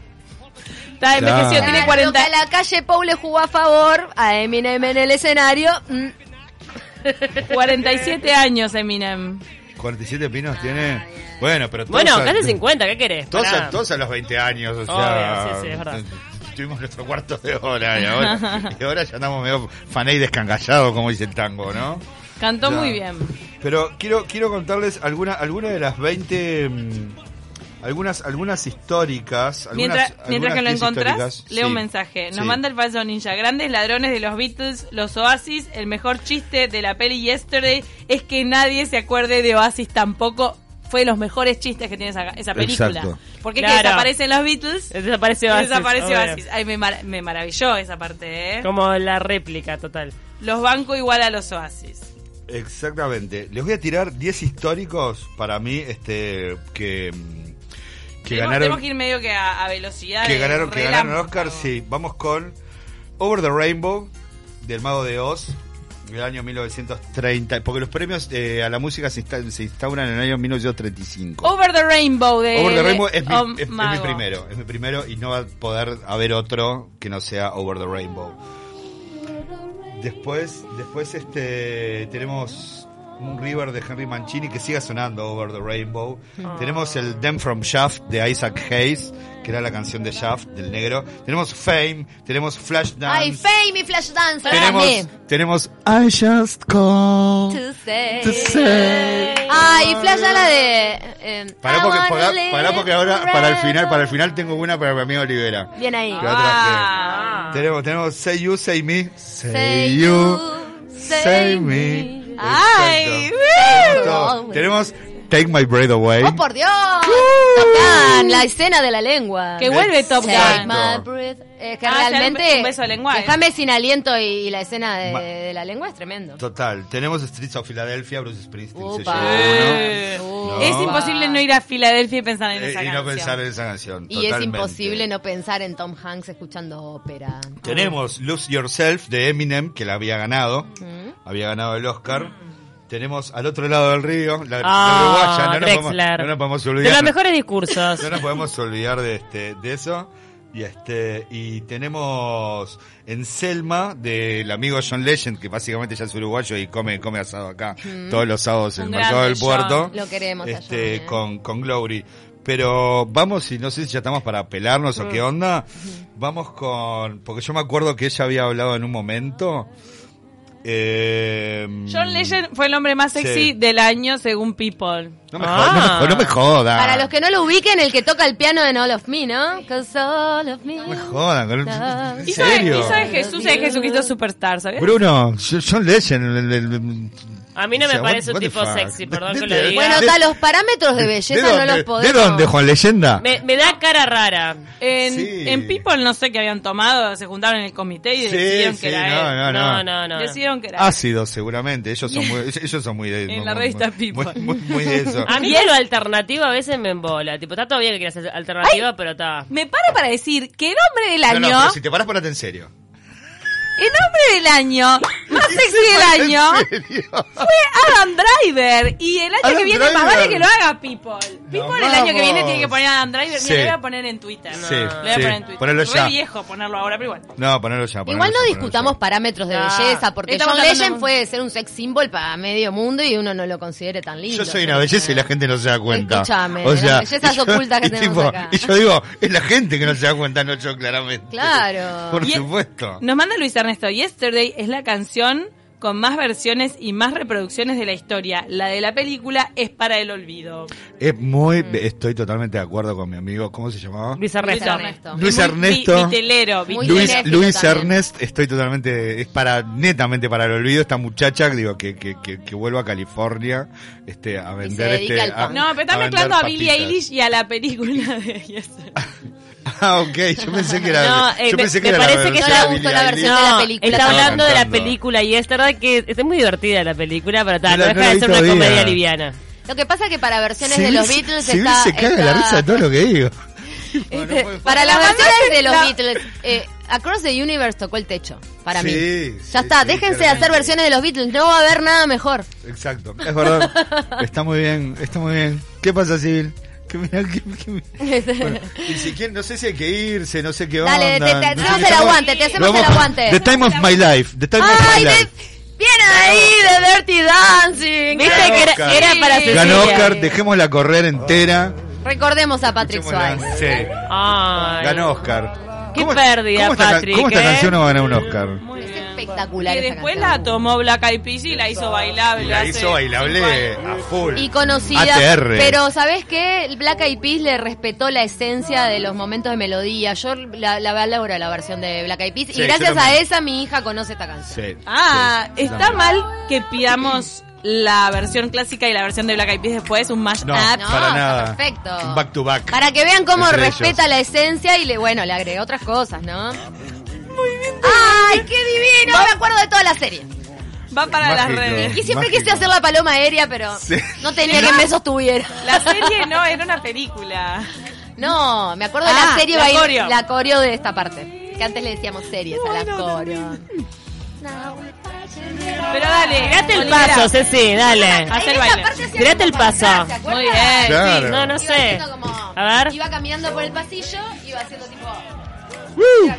Speaker 1: Está envejecido,
Speaker 2: Claro.
Speaker 1: tiene
Speaker 4: Claro,
Speaker 1: 40...
Speaker 4: que a la calle Paul le jugó a favor, a Eminem en el escenario. mm,
Speaker 1: 47 años Eminem.
Speaker 2: 47 pinos tiene. Bueno, pero todos
Speaker 3: Bueno,
Speaker 2: a-
Speaker 3: casi 50, ¿qué querés?
Speaker 2: Todos
Speaker 3: Pará.
Speaker 2: a, todos a los 20 años, o sea.
Speaker 3: Obvio, sí, sí, es verdad.
Speaker 2: Tuvimos nuestro cuarto de hora y ahora, y ahora ya andamos medio fané y descangallados, como dice el tango, ¿no?
Speaker 1: Cantó
Speaker 2: Ya.
Speaker 1: muy bien.
Speaker 2: Pero quiero quiero contarles alguna alguna de las 20 mm, algunas algunas históricas, algunas-
Speaker 1: Mientras,
Speaker 2: algunas
Speaker 1: mientras que lo
Speaker 2: 10
Speaker 1: encontrás,
Speaker 2: históricas.
Speaker 1: leo un
Speaker 2: Sí,
Speaker 1: mensaje. Nos
Speaker 2: sí.
Speaker 1: manda el falso ninja. Grandes ladrones de los Beatles, los Oasis. El mejor chiste de la peli Yesterday es que nadie se acuerde de Oasis tampoco. Fue de los mejores chistes que tiene esa, esa película.
Speaker 2: Exacto.
Speaker 1: Porque es que
Speaker 3: Claro.
Speaker 1: desaparecen los Beatles y
Speaker 3: Desapareció Oasis.
Speaker 1: desapareció
Speaker 3: obvio.
Speaker 1: Oasis. ¿eh? Ay, me, mar- me maravilló esa parte, ¿eh?
Speaker 3: Como la réplica total.
Speaker 1: Los banco igual a los Oasis.
Speaker 2: Exactamente. Les voy a tirar 10 históricos para mí este que mm, que
Speaker 1: Tenemos-
Speaker 2: ganaron
Speaker 1: Tenemos que ir medio que a, a velocidad.
Speaker 2: que
Speaker 1: de
Speaker 2: ganaron que ganaron el
Speaker 1: relámpago.
Speaker 2: Oscar, sí. Vamos con Over the Rainbow del Mago de Oz del año 1930, porque los premios eh, a la música se, insta- se instauran en el año 1935.
Speaker 1: Over the Rainbow de.
Speaker 2: Over the
Speaker 1: de-
Speaker 2: Rainbow es mi,
Speaker 1: oh,
Speaker 2: es- es mi
Speaker 1: mago.
Speaker 2: primero, es mi primero y no va a poder haber otro que no sea Over the Rainbow. Después, después este tenemos un River de Henry Mancini que siga sonando Over the Rainbow.
Speaker 4: Ah.
Speaker 2: Tenemos el Them from Shaft de Isaac Hayes, que era la canción de Shaft del negro. Tenemos Fame, tenemos Flashdance.
Speaker 4: Ay, Fame y Flashdance.
Speaker 2: tenemos
Speaker 4: dame.
Speaker 2: tenemos I just call
Speaker 4: To say.
Speaker 2: to say
Speaker 4: Ay, Flash a la de. eh,
Speaker 2: Pará
Speaker 4: I
Speaker 2: porque,
Speaker 4: wanna
Speaker 2: pará,
Speaker 4: live
Speaker 2: pará porque ahora, para el final,
Speaker 4: forever.
Speaker 2: para el final tengo una para mi amigo Olivera.
Speaker 4: Bien ahí.
Speaker 2: Que otra
Speaker 1: Ah.
Speaker 2: que- Tenemos, tenemos Say You, Say Me. Say,
Speaker 4: Ay,
Speaker 2: Exacto.
Speaker 4: woo.
Speaker 2: Tenemos Take My Breath Away.
Speaker 4: ¡Oh, por Dios! Top Gun, la escena de la lengua.
Speaker 1: Que vuelve Top Gun.
Speaker 4: Take
Speaker 2: Exacto.
Speaker 4: my breath. Eh, que
Speaker 1: Ah,
Speaker 4: realmente.
Speaker 1: ya, un beso de lengua, eh.
Speaker 4: Déjame sin aliento y, y la escena de,
Speaker 2: Ma-
Speaker 4: de la lengua es tremendo.
Speaker 2: Total. Tenemos Streets of Philadelphia, Bruce Springsteen. se
Speaker 4: Upa.
Speaker 2: llevó uno.
Speaker 1: Eh,
Speaker 2: No.
Speaker 1: Es imposible no ir a Filadelfia y pensar en
Speaker 2: Eh,
Speaker 1: esa
Speaker 2: y no
Speaker 1: canción.
Speaker 2: pensar en esa canción.
Speaker 4: Y es
Speaker 2: totalmente.
Speaker 4: imposible no pensar en Tom Hanks escuchando ópera.
Speaker 2: Tenemos Lose Yourself de Eminem, que la había ganado. Había ganado el Oscar. Tenemos al otro lado del río, la, la
Speaker 3: Ah,
Speaker 2: uruguaya. No nos, podemos,
Speaker 3: Drexler.
Speaker 2: no nos podemos olvidar.
Speaker 3: De los mejores discursos.
Speaker 2: No nos podemos olvidar de este de eso. Y este y tenemos en Selma del amigo John Legend que básicamente ya es uruguayo y come come asado acá todos los sábados en el
Speaker 1: Un
Speaker 2: mercado
Speaker 1: grande
Speaker 2: del puerto.
Speaker 1: John.
Speaker 4: Lo queremos a
Speaker 2: este
Speaker 4: John, eh.
Speaker 2: con con Glory. Pero vamos y no sé si ya estamos para pelarnos o
Speaker 4: Mm.
Speaker 2: qué onda. Vamos con porque yo me acuerdo que ella había hablado en un momento eh,
Speaker 1: John Legend fue el hombre más sexy
Speaker 2: Sí.
Speaker 1: del año según People.
Speaker 2: No me, jodas, no me jodas, no me jodas.
Speaker 4: Ah. Para los que no lo ubiquen, el que toca el piano en All of Me, ¿no? 'Cause all of me.
Speaker 2: No me jodan, con-
Speaker 4: Hizo-
Speaker 2: ¿en
Speaker 1: Hizo
Speaker 2: serio?
Speaker 1: de, hizo de Jesús y de Jesucristo Superstar, ¿sabes?
Speaker 2: Bruno, John Legend. el- el- el-
Speaker 3: A mí no me parece un
Speaker 2: the
Speaker 3: tipo
Speaker 2: fuck?
Speaker 3: sexy, perdón
Speaker 2: ¿De-
Speaker 3: que lo
Speaker 2: de-
Speaker 3: diga.
Speaker 4: Bueno,
Speaker 2: de-
Speaker 4: está, los parámetros de
Speaker 2: de
Speaker 4: belleza
Speaker 2: dónde-
Speaker 4: no los podemos.
Speaker 2: ¿De dónde, Juan Leyenda?
Speaker 3: Me, me da cara rara.
Speaker 1: En,
Speaker 2: Sí.
Speaker 1: en People no sé qué habían tomado, se juntaron en el comité y
Speaker 2: Sí,
Speaker 1: decidieron
Speaker 2: sí,
Speaker 1: que era él.
Speaker 2: No, Ah, no.
Speaker 3: No, no, no.
Speaker 1: Decidieron que era él.
Speaker 2: Ácido, seguramente. Ellos son muy, ellos son muy de
Speaker 1: En
Speaker 2: muy-
Speaker 1: la
Speaker 2: muy-
Speaker 1: revista
Speaker 2: muy-
Speaker 1: People.
Speaker 2: Muy, muy
Speaker 1: [laughs]
Speaker 2: de eso.
Speaker 1: Ah,
Speaker 3: A mí lo alternativo a veces me embola. Tipo, está todo bien que quieras hacer alternativa, pero está.
Speaker 1: Me paro para decir que el hombre del
Speaker 2: No,
Speaker 1: año,
Speaker 2: no, pero si te paras, parate en serio.
Speaker 1: el hombre del año, más sexy del año,
Speaker 2: [laughs] ¿En serio?
Speaker 1: fue Adam Driver. Y el año
Speaker 2: Adam
Speaker 1: que viene más
Speaker 2: Driver.
Speaker 1: vale que lo haga People. People el año que viene
Speaker 2: vamos.
Speaker 1: tiene que poner a Adam Driver. Mira,
Speaker 2: Sí.
Speaker 1: lo voy a poner en Twitter.
Speaker 2: Sí,
Speaker 1: Lo voy a
Speaker 2: sí.
Speaker 1: poner en Twitter.
Speaker 2: Ponelo
Speaker 1: Re
Speaker 2: ya.
Speaker 1: viejo ponerlo ahora, pero igual.
Speaker 2: No, ponelo ya. ponelo
Speaker 4: Igual
Speaker 2: ya,
Speaker 4: no
Speaker 2: ponelo
Speaker 4: discutamos
Speaker 2: ya.
Speaker 4: parámetros de
Speaker 3: Ah,
Speaker 4: belleza, porque
Speaker 1: estamos
Speaker 4: John
Speaker 1: hablando
Speaker 4: Legend
Speaker 1: con-
Speaker 4: puede ser un sex symbol para medio mundo y uno no lo considere tan lindo.
Speaker 2: Yo soy una belleza y la gente no se da cuenta.
Speaker 4: Escúchame,
Speaker 2: o sea,
Speaker 4: las bellezas
Speaker 2: y yo-
Speaker 4: ocultas que
Speaker 2: y
Speaker 4: tenemos
Speaker 2: tipo,
Speaker 4: acá.
Speaker 2: Y yo digo, es la gente que no se da cuenta, no yo claramente. [laughs]
Speaker 4: Claro.
Speaker 2: Por
Speaker 1: Y-
Speaker 2: supuesto.
Speaker 1: Nos manda Luis Ernesto, Yesterday es la canción con más versiones y más reproducciones de la historia. La de la película es para el olvido.
Speaker 2: Es muy,
Speaker 4: Mm.
Speaker 2: estoy totalmente de acuerdo con mi amigo, ¿cómo se llamaba?
Speaker 3: Luis Ernesto.
Speaker 4: Luis Ernesto.
Speaker 1: Es
Speaker 2: Luis
Speaker 1: muy
Speaker 2: Ernesto.
Speaker 1: vi- Vitelero,
Speaker 4: Muy
Speaker 1: vitelero.
Speaker 2: Luis,
Speaker 4: benéfico
Speaker 2: Luis
Speaker 4: también.
Speaker 2: Ernest, estoy totalmente, es para, netamente para el olvido esta muchacha, digo, que, que, que, que vuelva a California, este, a vender
Speaker 4: dedica
Speaker 2: este.
Speaker 4: al
Speaker 2: A,
Speaker 4: punk.
Speaker 1: No, pero está
Speaker 2: a vender
Speaker 1: mezclando a Billie
Speaker 2: papitas.
Speaker 1: Eilish y a la película de Yesterday.
Speaker 2: [laughs] Ah, ok, yo pensé que era.
Speaker 3: No, eh,
Speaker 2: yo
Speaker 3: me-
Speaker 2: pensé que
Speaker 3: me
Speaker 2: era
Speaker 3: parece que
Speaker 2: versión
Speaker 3: no le
Speaker 2: de
Speaker 4: gustó
Speaker 2: Billie
Speaker 4: la
Speaker 2: Eilish.
Speaker 4: versión de la película.
Speaker 3: está
Speaker 2: Estaba
Speaker 3: hablando de la
Speaker 2: cantando.
Speaker 3: película y es verdad que es muy divertida la película, pero ta,
Speaker 2: Yo la-
Speaker 3: no
Speaker 2: no la
Speaker 3: deja
Speaker 2: he
Speaker 3: de ser
Speaker 2: visto
Speaker 3: una
Speaker 2: todavía.
Speaker 3: comedia liviana.
Speaker 4: Lo que pasa es que para versiones de
Speaker 2: Civil
Speaker 4: los
Speaker 2: se-
Speaker 4: Beatles
Speaker 2: Civil
Speaker 4: está.
Speaker 2: se caga
Speaker 4: está-
Speaker 2: la risa de todo lo que [laughs] digo.
Speaker 4: este,
Speaker 2: pues,
Speaker 4: para las versiones de los Beatles, eh, Across the Universe tocó el techo. Para
Speaker 2: Sí,
Speaker 4: mí.
Speaker 2: sí,
Speaker 4: Ya está,
Speaker 2: sí,
Speaker 4: déjense de hacer
Speaker 2: claramente.
Speaker 4: versiones de los Beatles. No va a haber nada mejor.
Speaker 2: Exacto, es verdad. Está muy bien, está muy bien. ¿Qué pasa, Civil? Que mirá, que- que- Bueno, y si quieren, no sé si hay que irse, no sé qué onda.
Speaker 4: Dale, te, te
Speaker 2: no sé qué
Speaker 4: hacemos el
Speaker 2: estamos-
Speaker 4: aguante, te hacemos
Speaker 2: Vamos-
Speaker 4: el aguante.
Speaker 2: The time of my life. The time of my
Speaker 4: ¡Ay,
Speaker 2: life.
Speaker 4: de- viene ahí de Dirty Dancing!
Speaker 3: Viste
Speaker 2: Ganó
Speaker 3: Este que
Speaker 2: Oscar.
Speaker 3: era, era para
Speaker 4: Sí.
Speaker 3: Cecilia.
Speaker 2: Ganó Oscar, dejémosla correr entera.
Speaker 4: Recordemos a Patrick
Speaker 2: Escuchémosla.
Speaker 4: Swayze.
Speaker 2: Sí,
Speaker 3: Ay.
Speaker 2: ganó Oscar.
Speaker 3: Qué
Speaker 2: ¿Cómo-
Speaker 3: pérdida,
Speaker 2: ¿cómo esta,
Speaker 3: Patrick,
Speaker 2: ¿Cómo esta
Speaker 3: eh?
Speaker 2: canción no va a ganar un Oscar?
Speaker 3: Muy
Speaker 4: Es
Speaker 3: bien.
Speaker 4: espectacular
Speaker 1: Y
Speaker 4: esa
Speaker 1: después la
Speaker 4: canción.
Speaker 1: tomó Black Eyed Peas y la hizo bailable.
Speaker 2: La
Speaker 1: hace
Speaker 2: hizo
Speaker 1: cinco
Speaker 2: bailable
Speaker 1: años.
Speaker 2: a full.
Speaker 4: Y conocida.
Speaker 2: ATR.
Speaker 4: Pero ¿sabes qué? El Black Eyed Peas le respetó la esencia de los momentos de melodía. Yo la, la valoro la versión de Black Eyed Peas.
Speaker 2: Sí,
Speaker 4: y
Speaker 2: yo
Speaker 4: gracias a
Speaker 2: también.
Speaker 4: esa mi hija conoce esta canción.
Speaker 2: Sí,
Speaker 1: Ah,
Speaker 2: sí,
Speaker 1: está
Speaker 2: también.
Speaker 1: mal que pidamos la versión clásica y la versión de Black Eyed Peas después, un mashup.
Speaker 2: No,
Speaker 4: Ah, No,
Speaker 2: para
Speaker 4: está
Speaker 2: nada.
Speaker 4: perfecto.
Speaker 2: Un Back to back.
Speaker 4: Para que vean cómo
Speaker 2: Entre
Speaker 4: respeta
Speaker 2: ellos.
Speaker 4: la esencia y le, bueno, le agregó otras cosas, ¿no? ¡Ay, qué divino! Me acuerdo de toda la serie.
Speaker 1: Va para las
Speaker 2: Mágico.
Speaker 1: redes.
Speaker 4: Y siempre
Speaker 2: Mágico.
Speaker 4: quise hacer la paloma aérea, pero
Speaker 2: Sí.
Speaker 4: no tenía que me sostuviera.
Speaker 1: La serie no, era una película.
Speaker 4: No, me acuerdo de
Speaker 1: Ah,
Speaker 4: la serie
Speaker 1: la
Speaker 4: bail-
Speaker 1: coreo.
Speaker 4: la coreo de esta parte. Que antes le decíamos series a la coreo.
Speaker 1: Pero dale,
Speaker 3: Tirate el
Speaker 1: Olivera.
Speaker 3: paso, Ceci, dale.
Speaker 1: Hacer
Speaker 4: En esta
Speaker 1: baile.
Speaker 4: parte hacía
Speaker 3: Tirate
Speaker 4: como
Speaker 3: el
Speaker 4: para
Speaker 3: paso.
Speaker 4: atrás, ¿se acuerdan?
Speaker 1: Muy bien.
Speaker 2: Claro.
Speaker 1: sí.
Speaker 3: No, no
Speaker 4: Iba
Speaker 3: sé.
Speaker 4: haciendo como-
Speaker 3: A ver.
Speaker 4: Iba caminando por el pasillo, iba haciendo tipo.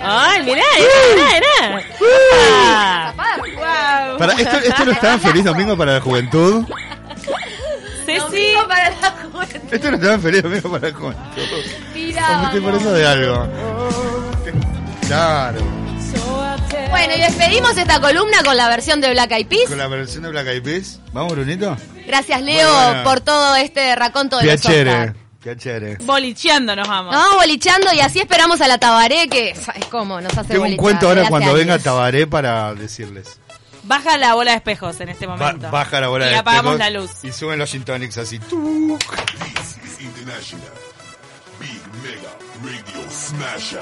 Speaker 3: Ay, mirá, mirá, mirá. Ah.
Speaker 4: zapada.
Speaker 1: Wow.
Speaker 2: Para, ¿esto, ¿Esto no
Speaker 4: [laughs]
Speaker 2: estaba en Feliz Domingo para la Juventud?
Speaker 1: Ceci,
Speaker 4: Domingo para la [laughs] juventud.
Speaker 2: ¿Esto no estaba en Feliz Domingo para la Juventud? Me
Speaker 4: Mirá,
Speaker 2: estoy por
Speaker 4: vamos.
Speaker 2: eso de algo. Claro.
Speaker 4: Bueno, y despedimos esta columna con la versión de Black Eyed Peas.
Speaker 2: Con la versión de Black Eyed Peas. ¿Vamos, Brunito?
Speaker 4: Gracias, Leo,
Speaker 2: Muy buena.
Speaker 4: por todo este raconto de los
Speaker 2: Piacere.
Speaker 4: Oscar.
Speaker 2: Piacere.
Speaker 1: bolicheando nos vamos.
Speaker 4: Nos vamos bolichando y así esperamos a la Tabaré, que es como nos hace
Speaker 2: Tengo un
Speaker 4: bolichar.
Speaker 2: cuento ahora
Speaker 4: Gracias,
Speaker 2: cuando venga
Speaker 4: Dios.
Speaker 2: Tabaré para decirles.
Speaker 1: Baja la bola de espejos en este
Speaker 2: Ba-
Speaker 1: momento.
Speaker 2: baja la bola
Speaker 1: y
Speaker 2: de
Speaker 1: apagamos
Speaker 2: espejos
Speaker 1: la luz.
Speaker 2: Y suben los gin tonics así.
Speaker 5: International Big Mega Radio Smasher.